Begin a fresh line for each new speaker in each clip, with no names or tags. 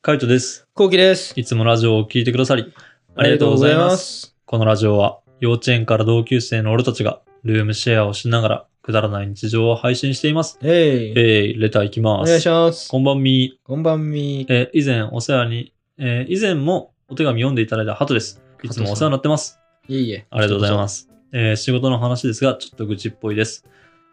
カイトです。
こうきです。
いつもラジオを聞いてくださり、ありがとうございます。
す。
このラジオは、幼稚園から同級生の俺たちが、ルームシェアをしながら、くだらない日常を配信しています。
えい。
えー、レターいき
お
ます。
願いします。
こんばんみ。
こんばんみ。
えー以前お世話に、えー以前もお手紙読んでいただいたハトです。いつもお世話になってます。
いえいえ。。
ありがとうございますす。えー仕事の話ですが、ちょっと愚痴っぽいです。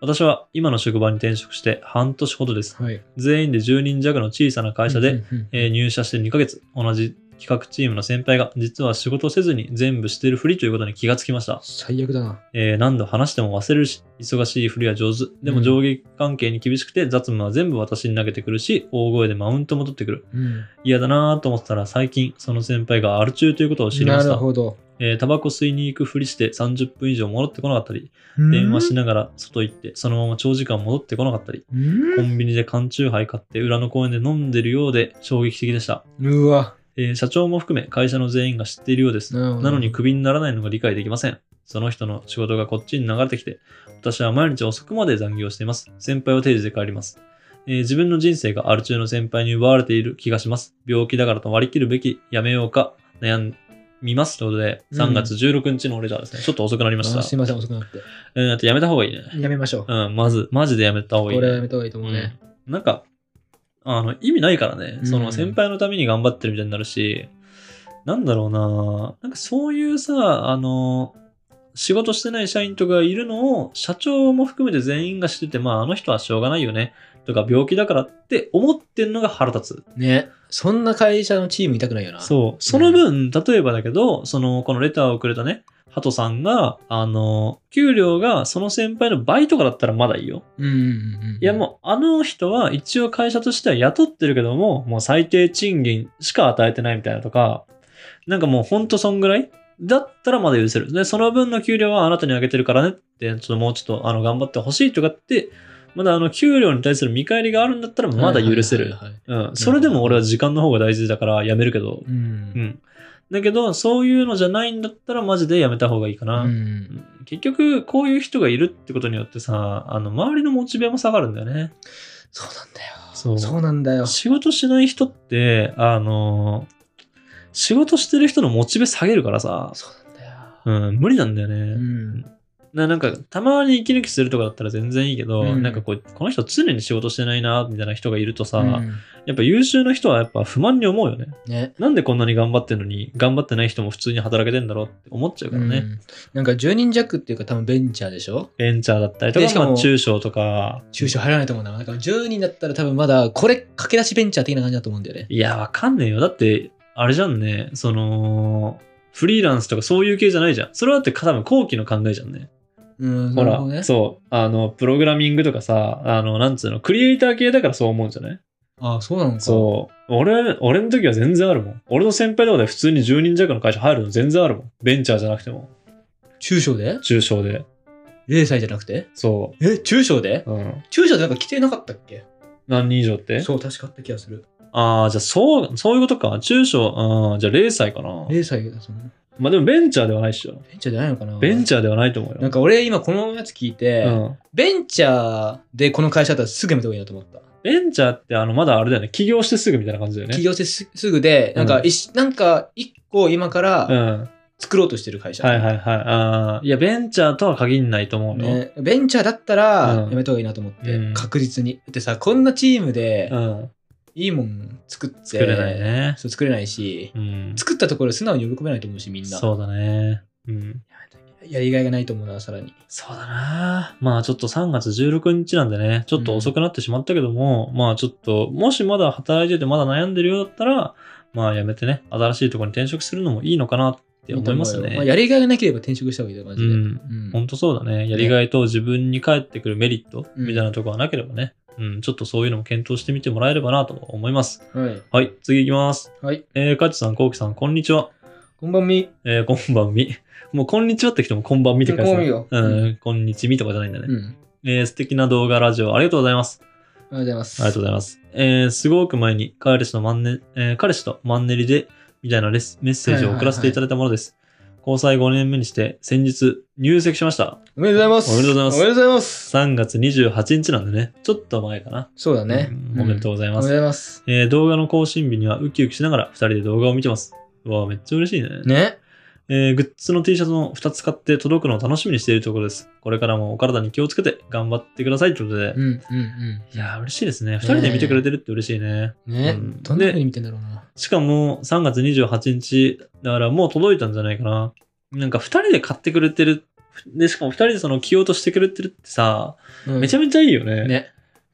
私は今の職場に転職して半年ほどです。
はい。
全員で10人弱の小さな会社で、
うんうん
えー入社して2ヶ月、同じ企画チームの先輩が実は仕事をせずに全部してるふりということに気がつきました。
最悪だな。
えー何度話しても忘れるし、忙しいふりは上手。でも上下関係に厳しくて雑務は全部私に投げてくるし、大声でマウントも取ってくる。
うん。
嫌だなぁと思ってたら最近、その先輩がアル中ということを知りま
な
し
る
た。
ほど。
えータバコ吸いに行くふりして30分以上戻ってこなかったり、電
電
話し
な
ながら外行って、そのまま長時間戻ってこなかったり、コンビニで缶チューハイ買って裏の公園で飲んでるようで衝撃的でした。
うわ。
えー社長も含め会社の全員が知っているようです。
なるほど
なのにクビにならないのが理解できません。その人の仕事がこっちに流れてきて、私は毎日遅くまで残業しています。先輩は定時で帰ります。えー自分の人生がある中の先輩に奪われている気がします。病気だからと割り切るべき、やめようか、悩みます。ということで、
うん
3月16日の俺じゃですね、ちょっと遅くなりまし
あ
た。
すいません、遅くなって。
うん、あとやめた方がいいね。
やめましょう。
うん、まず、マジでやめた方
こ
がいい、
れはや
ね。
めた方がいいと思うね。
うんなんか、あの、意味ないからね。
うん
その先輩のために頑張ってるみたいになるし、なんだろうななんかそういうさ、あの、仕事してない社員とかいるのを、社長も含めて全員が知ってて、まああの人はしょうがないよね。とか病気だからって思ってんのが腹立
ね。そんな会社のチームいたくないよな。
つ。そう。その分、例えばだけど、その、このレターをくれたね、ハトさんが、あの、給料がその先輩の倍とかだったらまだいいよ。
うんうんうんうん。
いやもうあの人は一応会社としては雇ってるけども、もう最低賃金しか与えてないみたいなとか、なんかもうほんとそんぐらいだったらまだ許せる。で、その分の給料はあなたにあげてるからねって、ちょっともうちょっとあの頑張ってほしいとかって、まだあの給料に対する見返りがあるんだったらまだ許せ
はい
る
は。いはいはい。
うん。それでも俺は時間の方が大事だからやめるけど
う。ん
う。ん。だけど、そういうのじゃないんだったらマジでやめた方がいいかな。
うん
結局、こういう人がいるってことによってさ、あの、周りのモチベも下がるんだよね。
そうなんだよ。
そう
そうなんだよ。
仕事しない人って、あの、仕事してる人のモチベ下げるからさ、
そうなんだよ。
うん、無理なんだよね。
うん。
ななんか、たまに息抜きするとかだったら全然いいけど、
うん
なんかこう、この人常に仕事してないな、みたいな人がいるとさ、
うん
やっぱ優秀な人はやっぱ不満に思うよね。
ね。
なんでこんなに頑張ってんのに、頑張ってない人も普通に働けてんだろうって思っちゃうからね。
うんなんか10人弱っていうか多分ベンチャーでしょ
ベンチャーだったりとか、
でしかも
まあ中小とか、
中小入らないと思うんだな。なんか10人だったら多分まだこれ駆け出しベンチャー的な感じだと思うんだよね。
いや、わかんねえよ。だって、あれじゃんね、その、フリーランスとかそういう系じゃないじゃん。それはだって多分後期の考えじゃんね。
うん、
ほ
なる
ら、
どね。
そう、あの、プログラミングとかさ、あの、なんつうの、クリエイター系だからそう思うんじゃない
ああ、そうなのか。
そう。俺、俺の時は全然あるもん。俺の先輩とかで普通に10人弱の会社入るの全然あるもん。ベンチャーじゃなくても。
中小で
中小で。
?0 歳じゃなくて
そ
え、中小で
う。うん。
中小でなんか規定なかったっけ
何人以上って
そう、確かあった気がする。
ああ、じゃあそう、そういうことか。中小、あーじゃあ0歳かな。
0歳だ、その。
まあでもベンチャーではないっしょ。
ベンチャーじゃないのかな
ベン
ャ
チャーではないと思うよ。
なんか俺今このやつ聞いて、
うん。
ベンチャーでこの会社だったらすぐやめた方がいいなと思った。
ベンチャーってあのまだあれだよね、起業してすぐみたいな感じだよね。
起業してすすぐで、なん
う
か
ん
一、なんか一個今か
う
ら
ん。
作ろうとしてる会社。
はいはいはい。あーいや、ベンチャーとは限んないと思うよ。
ね、ベンチャーだったら
うん
やめた方がいいなと思って、
うん
確実に。だってさ、こんなチームで
うん。
いいもん作って、
作れないね。
そう作れないし、
うん。
作ったところ素直に喜べないと思うし、みんな。
そうだね。うん。
やりがいがないと思うな、さらに。
そうだな。まあちょっと3月16日なんでね、ちょっと遅くなってしまったけども、まあちょっと、もしまだ働いててまだ悩んでるようだったら、まあやめてね、新しいところに転職するのもいいのかなって思います
と思う
ね。
よあやりがいがなければ転職した方がいいよ、マ
う
ジで。
ん。
うん
本当そうだね。やりがいと自分に返ってくるメリット
うん
みたいなところはなければね、うん、ちょっとそういうのも検討してみてもらえればなと思います。
はい。
はい、次行きます。
はい。
えー、かちさん、こうきさん、こんにちは。
こんばんみ。
えー、こんばんみ。 もう、こんにちはって人も、こんばんみって書いてあ
こんばんみ
る
よ。
うん、こんにちみとかじゃないんだね。
うん。
えー、素敵な動画、ラジオ、ありがとうございます。
ありがとうございます。
ありがとうございます。えー、すごく前に彼氏とマンネ、えー彼氏とマンネリで、みたいなレスメッセージを送らせていただいたものです。交際5年目にして、先日入籍しました。
おめでとうございます。
おめでとうございます
おめでとうございます。
3月28日なんでね、ちょっと前かな。
そうだね
う。んおめでとうございます
おめでとうございます。
えー動画の更新日にはウキウキしながら2人で動画を見てます。うわめっちゃ嬉しいね。
ね。
えーグッズの T シャツの2つ買って届くのを楽しみにしているところです。これからもお体に気をつけて頑張ってくださいということで。
うんうんう
い
ん。
やー嬉しいですね。2人で見てくれてるって嬉しいね。
ね、
うん
どんな風に見てんだろうな。
しかも3月28日、だからもう届いたんじゃないかな。なんか2人で買ってくれてる。で、しかも2人でその着ようとしてくれてるってさ、めちゃ
めち
めちゃいいよね。
ね。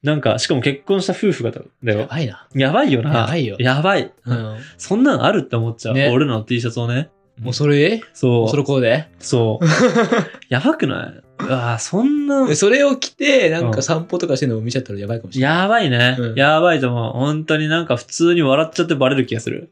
なんか、しかも結婚した夫婦がだ
や
よ。
ばいな。
やばいよな。
やばいよ
やばい。
うん。
そんなのあるって思っちゃう。
ね
俺らの T シャツをね。
もうそれ、
そう。
それこうで。
そう。やばくないうわそんな
で、それを着て、なん
うん
か散歩とかしてるのを見ちゃったらやばいかもしれない。
やばいね、
うん
やばいと思う。本当になんか普通に笑っちゃってバレる気がす る。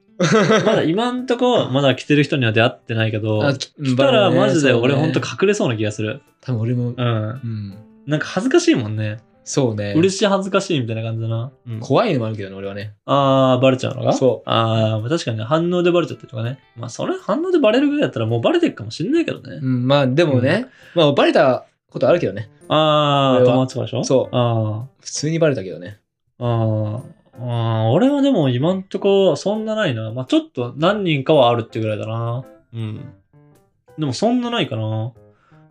まだ今んとこ、まだ着てる人には出会ってないけど、
あき
着たら
バレるね
マジで俺ほんと
そうね
隠れそうな気がする。
多分俺も、
うん。
うん。
なんか恥ずかしいもんね。
そうね。
嬉しい恥ずかしいみたいな感じだな。うん
怖いのもあるけどね、俺はね。
あー、バレちゃうのが
そう。
あー、確かにね反応でバレちゃったりとかね。まあ、それ反応でバレるぐらいだったらもうバレてるかもしんないけどね。
うん、まあでもね、まあバレたことあるけどね。
あー、
俺は
友達とかでしょ
そう
あ
普通にバレたけどね。
ー、あー。あー俺はでも今んとこそんなないな。まあ、ちょっと何人かはあるってぐらいだな。うん。でもそんなないかな。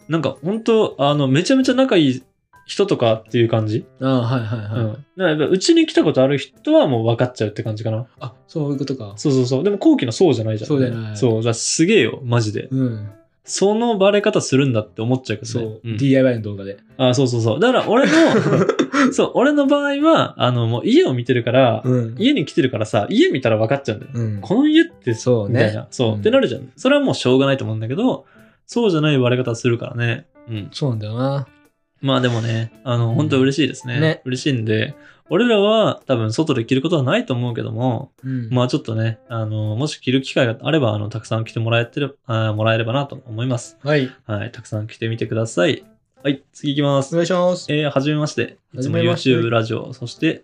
なんか本当あの、めちゃめちゃ仲いい人とかっていう感じ。
ああ、はいはいうは
ん。
い。
だからやっぱうちに来たことある人はもう分かっちゃうって感じかな。
あ、そういうことか。
そうそうそう。でも後期のそうじゃないじゃん、
そうじゃない
そう。だからすげえよ、マジで。
うん。
そのバレ方するんだって思っちゃうけど
そ
ね
う。。
うん
DIY の動画で。
あそうそうそう。だから 俺の、そう、俺の場合は、あの、もう家を見てるから、
うん。
家に来てるからさ、家見たら分かっちゃうんだよ。
うん。
この家って、
そうね
みたいな。そう。
うん
ってなるじゃん。それはもうしょうがないと思うんだけど、そうじゃないバレ方するからね。うん。
そうなんだよな。
まあでもね、あの、
ん
本当嬉しいですね。
ね
嬉しいんで、俺らは多分外で着ることはないと思うけども、
うん。
まあちょっとね、あの、もし着る機会があれば、あの、たくさん着てもらえてる、あーもらえればなと思います。
はい。
はい、たくさん来てみてください。はい、次行きま
お
す。
願いします。
えー、はじめまして。いつも
はじめまして
YouTube、ラジオ、そして、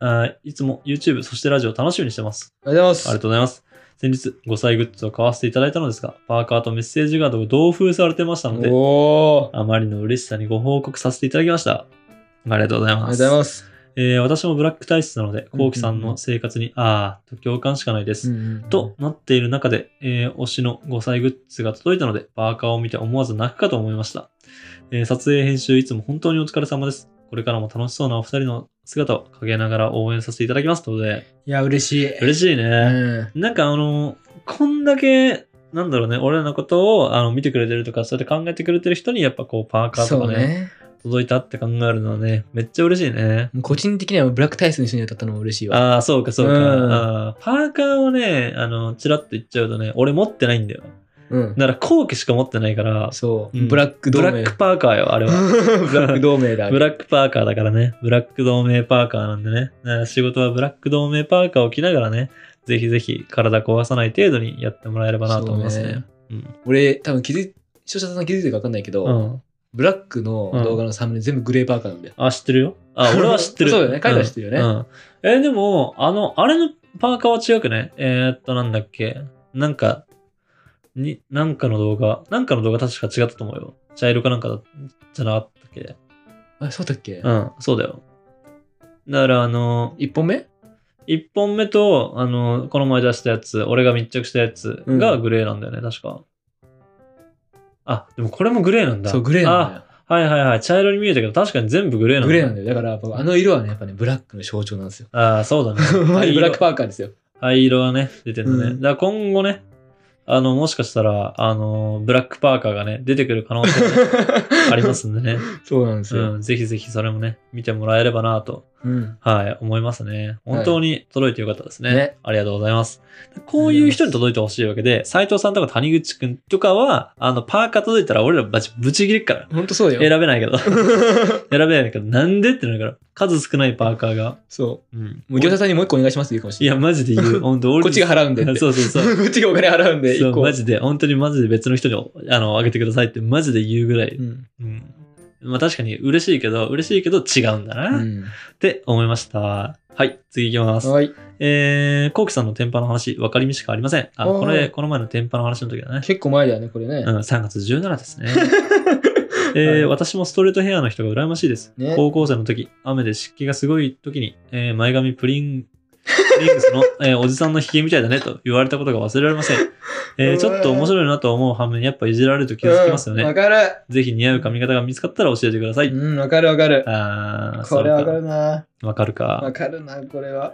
あーいつも YouTube、そしてラジオ楽しみにしてます。
ありがとうご
あり
ざい
がとうございます。先日、5歳グッズを買わせていただいたのですが、パーカーとメッセージガードを同封されてました
ま
の
す。
で、
おお。あ
あまりの嬉しさにご報告させていただきました。ありがとうござい
りがとう
ま
ご
す
ざい。ます。
えー私もブラック体質なので、
うんうん
こうきさんの生活に、あーと共感しかないです。
ん
と、なっている中で、えー推しの5歳グッズが届いたので、パーカーを見て思わず泣くかと思いました。えー撮影編集いつも本当にお疲れ様です。これからも楽しそうなお二人の姿を陰ながら応援させていただきます。ということで、
いや、嬉しい。
嬉しいうね。
ん。
なんかあの、こんだけ、なんだろうね、俺らのことをあの見てくれてるとか、そうやって考えてくれてる人に、やっぱこう、パーカーと
そ
か
う
ね
ね。
届いたって考えるのはね、めっちゃ嬉しいね。
もう個人的にはブラックタイスの人に当たったのも嬉しいわ。
ああ、そうか、そう
うん
か。あーパーカーをね、あの、チラッと言っちゃうとね、俺持ってないんだよ。
うん。
だから後期しか持ってないから、
そう、
うん
ブラック
ブ
同
ラ
盟。
ックパーカーよ、あれは。
ブラック同盟だ。
ブラックパーカーだからね。ブラック同盟パーカーなんでね。だから仕事はブラック同盟パーカーを着ながらね、ぜひぜひ体壊さない程度にやってもらえればなと思いますね。うん
俺、多分気づい、視聴者さん気づいてるか分かんないけど、
うん。
ブラックの動画のサムネ全部グレーパーカーなんだよ。
あ、知ってるよ。あ、俺は知ってる。
そうだよね彼は知ってるよね
うん。うんえ、でも、あの、あれのパーカーは違くね。えーっと、なんだっけ。なんか、に、なんかの動画、なんかの動画確か違ったと思うよ。茶色かなんかだじゃなかったっけ。
あ、そうだっけ、
うん、そうだよ。だから、あの、
一 ?1 本目
1本目と、あの、この前出したやつ、俺が密着したやつが
うん
グレーなんだよね、確か。あ、でもこれもグレーなんだ。
そう、グレーなんだ
あ、はいはいはい。茶色に見えたけど、確かに全部グレーな
よ。
んだ。
グレーなんだよ。だから、僕あの色はね、やっぱね、ブラックの象徴なんですよ。
あ あ、 そうだね。
マジブラック
ー
パーカーですよ。
灰色はね、出てるんだね。
うん
だから今後ね、あの、もしかしたら、あの、ブラックパーカーがね、出てくる可能性が ありま。すんでね。
そうなんですよ。
うん、ぜひぜひそれもね、見てもらえればなと
うん。
はい、思いますね。本当に届いてよかったですね。
ね
ありがとうございます。こういう人に届いてほしいわけで、斉藤さんとか谷口くんとかは、あの、パーカー届いたら俺らバチブチ切れっから。
ほんとそうだよ。
選べないけど。 選べないけど、なんでってなるから。数少ないパーカーが。
そ
うん。
う。もう業者さんにもう一個お願いしますって言うかもし
い
れ
や、
ない。
マジで 言う。本当俺
こっちが払うんでって。
そうそうそう。
こっちがお金払うんで、
そ
一
う
個。
マジで、本当にマジで別の人にあのあげてくださいってマジで言うぐらい。
うん。
うん。まあ確かに嬉しいけど、嬉しいけど違うんだな、
うん
って思いました。はい、次行きます。
はい。
えー、コウキさんの天パの話、分かりみしかありません。あ、
おー
これ、この前の天パの話の時だね。
結構前だよね、これね
う。ん、3月17です ね。えー
はい
私もストレートヘアの人が羨ましいです。
ね
高校生の時、雨で湿気がすごい時に、えー前髪プリン、プリングスの、 えーおじさんのヒゲみたいだねと言われたことが忘れられません。えー
うわー
ちょっと面白いなと思う反面、やっぱいじられると気がつきますよね。
うんわかる。
ぜひ似合う髪型が見つかったら教えてください。
うん、わかるわかる。
あー
これわ
そ
か
う
るな。
かわかる
わ
か。
かるな、これは。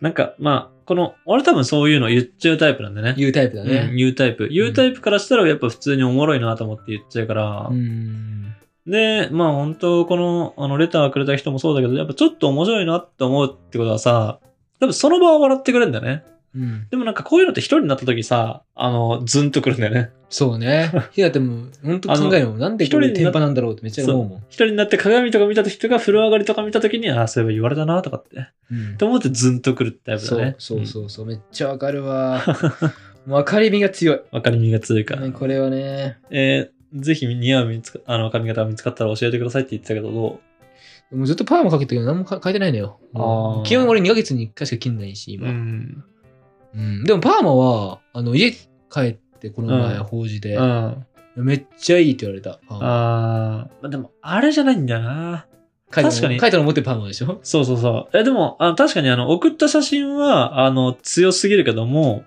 なんか、まあ、この、俺多分そういうの言っちゃうタイプなんでね。
言うタイプだ
うん、
ね。
言うタイプ。言うタイプからしたらやっぱ普通におもろいなと思って言っちゃうから。
うん。
で、まあ本当、この、あの、レターくれた人もそうだけど、やっぱちょっと面白いなって思うってことはさ、多分その場は笑ってくれるんだよね。
うん。
でもなんかこういうのって一人になった時さ、あの、ズンとくるんだよね。
そ うね。ひなても、ほんと考えるもん。なんでこ
一
れ
人にな
天パなんだろうってめっちゃ思うもん。
一人になって鏡とか見た時とか、風呂上がりとか見た時に、ああ、そういえば言われたなとかって。
うん
と思ってズンとくるタイプ
そ
だ
う
ね。
そう
うん。
そうそう。めっちゃわかるわ。 わかりみが強い。
わ、かりみが強いから。
ねこれはね。
えーぜひ似合う見つかあの髪型が見つかったら教えてくださいって言ってたけど、ど
もうずっとパーマかけたけど何もか変えてないのよ。
あー
基本俺2ヶ月に1回しか切んないし、
う
今。
ん。
うんでもパーマは、あの、家帰ってこの前、
うん
法事で
うん。、あ
めっちゃいいって言われた。パーマ
あー。でも、あれじゃないんだよな。
カイトの
確かに
カイトの持ってるパーマでしょ
そうそうそう。え、でも、あの確かにあの、送った写真は、あの、強すぎるけども、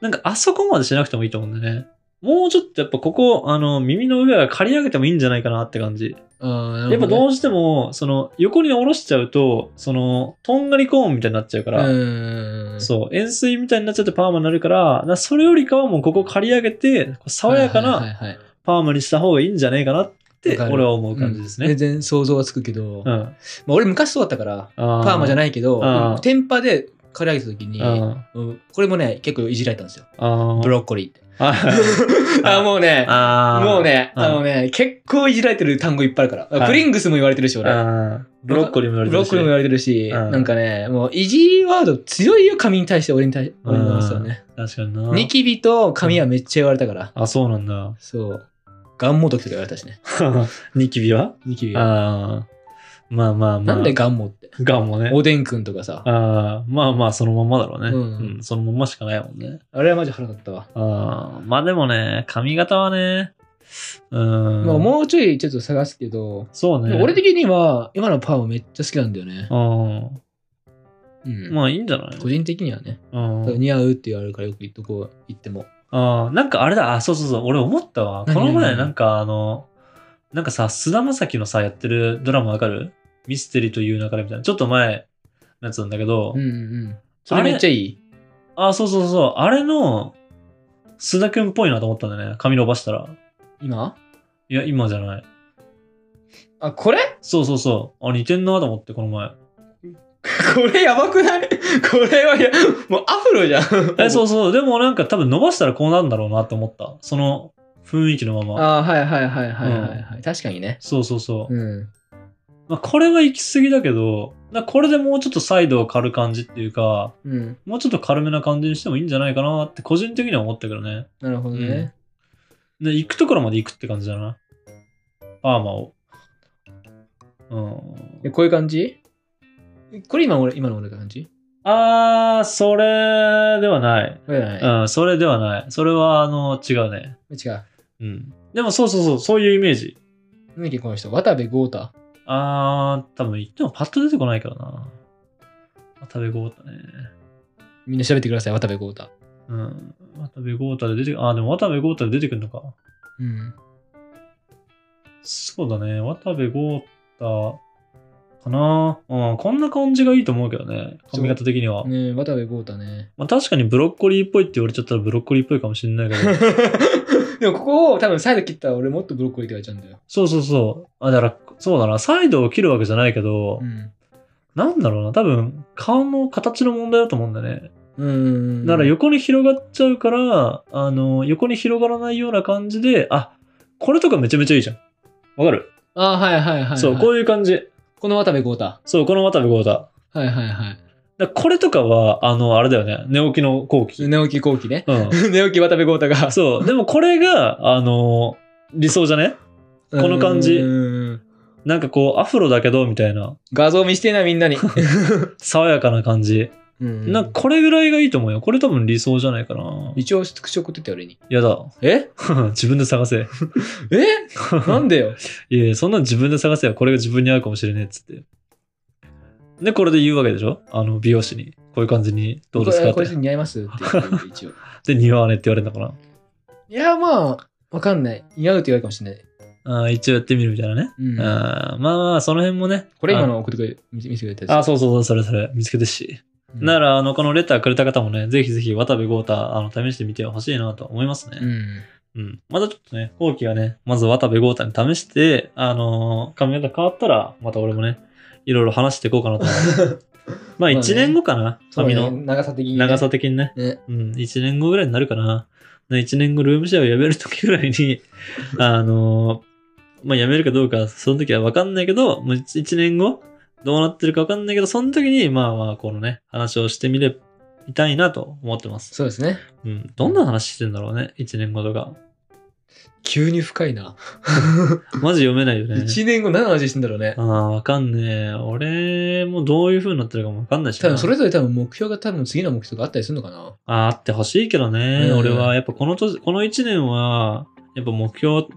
なんかあそこまでしなくてもいいと思うんだよね。もうちょっとやっぱここ、あの、耳の上は刈り上げてもいいんじゃないかなって感じ。
あ
やっぱ
ーなるほ
どうしても、その、横に下ろしちゃうと、その、とんがりコーンみたいになっちゃうから、
どねうん。
そう、円錐みたいになっちゃってパーマになるから、だからそれよりかはもうここ刈り上げて、こう爽やか
はいはい
な
はいはい
パーマにした方がいいんじゃないかなって、
わかる
俺は思う感じです
うん
ね。
全然想像はつくけど、
う
まあ
ん。
俺昔そうだったから、
パ
パーマじゃ
ない
ないけど
あー、
テンパで刈り上げた時に、
うん。
うんこれもね、結構いじられたんですよ。
あ
ブロッコリーって。
ー
あー、もうね、
あー
もうね、
うん
あのね、結構いじられてる単語いっぱいあるから。
はい
プリングスも言われてるし、俺。
あーブロッコリーも言われ
ブ
て
ロ
る
ッ
し
クも言われてるし、
うん
なんかね、もう、いじワード強いよ、髪に対して、俺に対して。俺の話はね。
確かにな
ニキビと髪はめっちゃ言われたから。
あそうなんだ
そう。ガンモドキとか言われたしね。
ニキビは
ニキビは。
ああまあまあまあ
なんでガンモって。
ガンもね
おでんくんとかさ。
ああまあまあそのまんまだろうね、
うん
うん、そのまんましかないもんね
あれはマジ腹立ったわ。
ああまあでもね髪型はねうん
まあもうちょいちょっと探すけど、
そう
で
ね
も俺的には、今のパーマめっちゃ好きなんだよね。
う
うん
んまあいいんじゃない
個人的にはね。
うん、
似合うって言われるからよくどこ行っても。
あーなんかあれだあそうそうそう俺思ったわこ
何
の前
何
なんかあのなんかさ菅田将暉のさやってるドラマわかるミステリーという流れみたいなちょっと前のやつなんだけど、
うんうんうん。それめっちゃいい。
あそうそうそうあれの須田くんっぽいなと思ったんだよね髪伸ばしたら
今
いや今じゃない
あ、これ
そうそうそうあ似てんなと思ってこの前
これやばくないこれはいや、もうアフロじゃん。
えそうそうでもなんか多分伸ばしたらこうなるんだろうなと思ったその雰囲気のまま
ああ、はいはいはいはいはい、はい確かにね。
そうそうそう、
うん。
まあ、これは行き過ぎだけどなんかこれでもうちょっとサイドを刈る感じっていうか
うん。
もうちょっと軽めな感じにしてもいいんじゃないかなって個人的には思ったけどね。
なるほどね。
で、行くところまで行くって感じだな。パーマを。うん。
えこういう感じこれ今俺、今の俺が感じ
あー、それではない。
これじゃな
う
い、
ん、それではない。それは、あの、違うね。
違う。
うん。でも、そうそうそう、そういうイメージ。
何だっけこの人。渡部豪太。
あー、多分行ってもパッと出てこないからな。渡部豪太ね。
みんな調べてください、渡部豪太。
うん。渡部豪太で出て、あー、でも渡部豪太で出てくるのか。
うん。
そうだね。渡部豪太かな。うん、こんな感じがいいと思うけどね。髪型的には。
ねえ渡部豪太ね。
まあ、確かにブロッコリーっぽいって言われちゃったらブロッコリーっぽいかもしれないけど。
でもここを多分サイド切ったら俺もっとブロッコリーって言われちゃうんだよ。
そうそうそう。あ、だから、そうだな。サイドを切るわけじゃないけど、
うん。
なんだろうな。多分、顔の形の問題だと思うんだよね。
うん。
だから横に広がっちゃうから、あの、横に広がらないような感じで、あ、これとかめちゃめちゃいいじゃん。わかる、
ああ、はいはいはい、はい。
そう、こういう感じ。
この渡部豪太。は
そう、この渡部豪太。
いはいはい。
だからこれとかは、あの、あれだよね。寝起きの後期。
寝起き後期ね。
うん。
寝起き渡部豪太が。
そう。でもこれが、あの理想じゃねこの感じ
うん
なんかこう、アフロだけど、みたいな、
画像見してえな、みんなに。
爽やかな感じ。
うん
なんかこれぐらいがいいと思うよ。これ多分理想じゃないかな。
一応、口送ってって、俺に。
やだ。
え
自分で探せ。
えなんでよ。
いやいや、そんなん自分で探せよ。これが自分に合うかもしれねえっつって。で、これで言うわけでしょあの、美容師に。こういう感じにどうですかっ
これ
て
こ。れ似合いますって言って一応。
で、似合わねえって言われるのか
いや、まあ、わかんない。似合うって言われるかもしれない。
な。あー一応やってみるみたいなね。
うん
あーまあまあ、その辺もね。
これ今の送ってくれ、見せ見せてくれた
あ
や
あ、そうそうそう、それそれ。見つけてし。
つ。
な
ら。
ら、あの、このレターくれた方もね、ぜひぜひ渡部豪太、あの、試してみてほしいなと思いますね。
うん。
うん。またちょっとね、後期はね、まず渡部豪太に試して、あのー髪型変わったら、また俺もね、いろいろ話していこうかなと思 う。まあ
ね
1年後かな、
そう
髪
ね
の
長さ的にね。
長さ的にね。
ね。
うん、1年後ぐらいになるかな。ね1年後ルームシェアをやめる時ぐらい に、あのーまあやめるかどうか、その時はわかんないけど、もう 1, 年後、どうなってるかわかんないけど、その時に、まあまあ、このね、話をしてみれ、みたいなと思ってます。
そうですね。
うん。どんな話してんだろうね、1年後とか。
急に深いな。
マジ読めないよね。
1年後何の話してんだろうね。
ああ、わかんねえ。俺もどういう風になってるかもわかんないしな。
多分それぞれ多分目標が多分次の目標があったりするのかな。
ああってほしいけどね。
うん
俺はやっぱこの年、この1年は、やっぱ目標を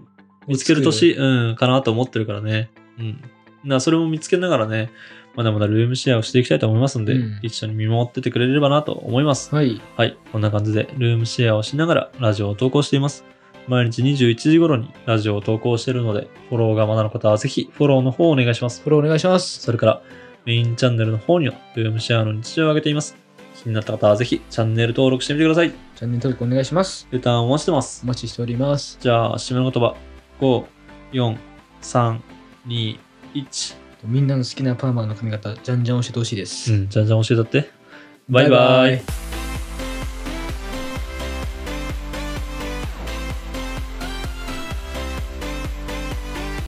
見つける年、うん、かなと思ってるからね。うん。なそれも見つけながらね、まだまだルームシェアをしていきたいと思いますんで、
うん
一緒に見守っててくれればなと思います。
はい。
はい、こんな感じでルームシェアをしながらラジオを投稿しています。毎日21時頃にラジオを投稿しているので、フォローがまだの方はぜひフォローの方をお願いします。
フォローお願いします。
それからメインチャンネルの方にはルームシェアの日常を上げています。気になった方はぜひチャンネル登録してみてください。
チャンネル登録お願いします。
レターンをお待ちしてます
お。待ちしております。
じゃあ、締めの言葉。5、4、3、2、1。
みんなの好きなパーマの髪型、じゃんじゃん教えてほしいです。
うん、じゃんじゃん教えたって。バイバイ。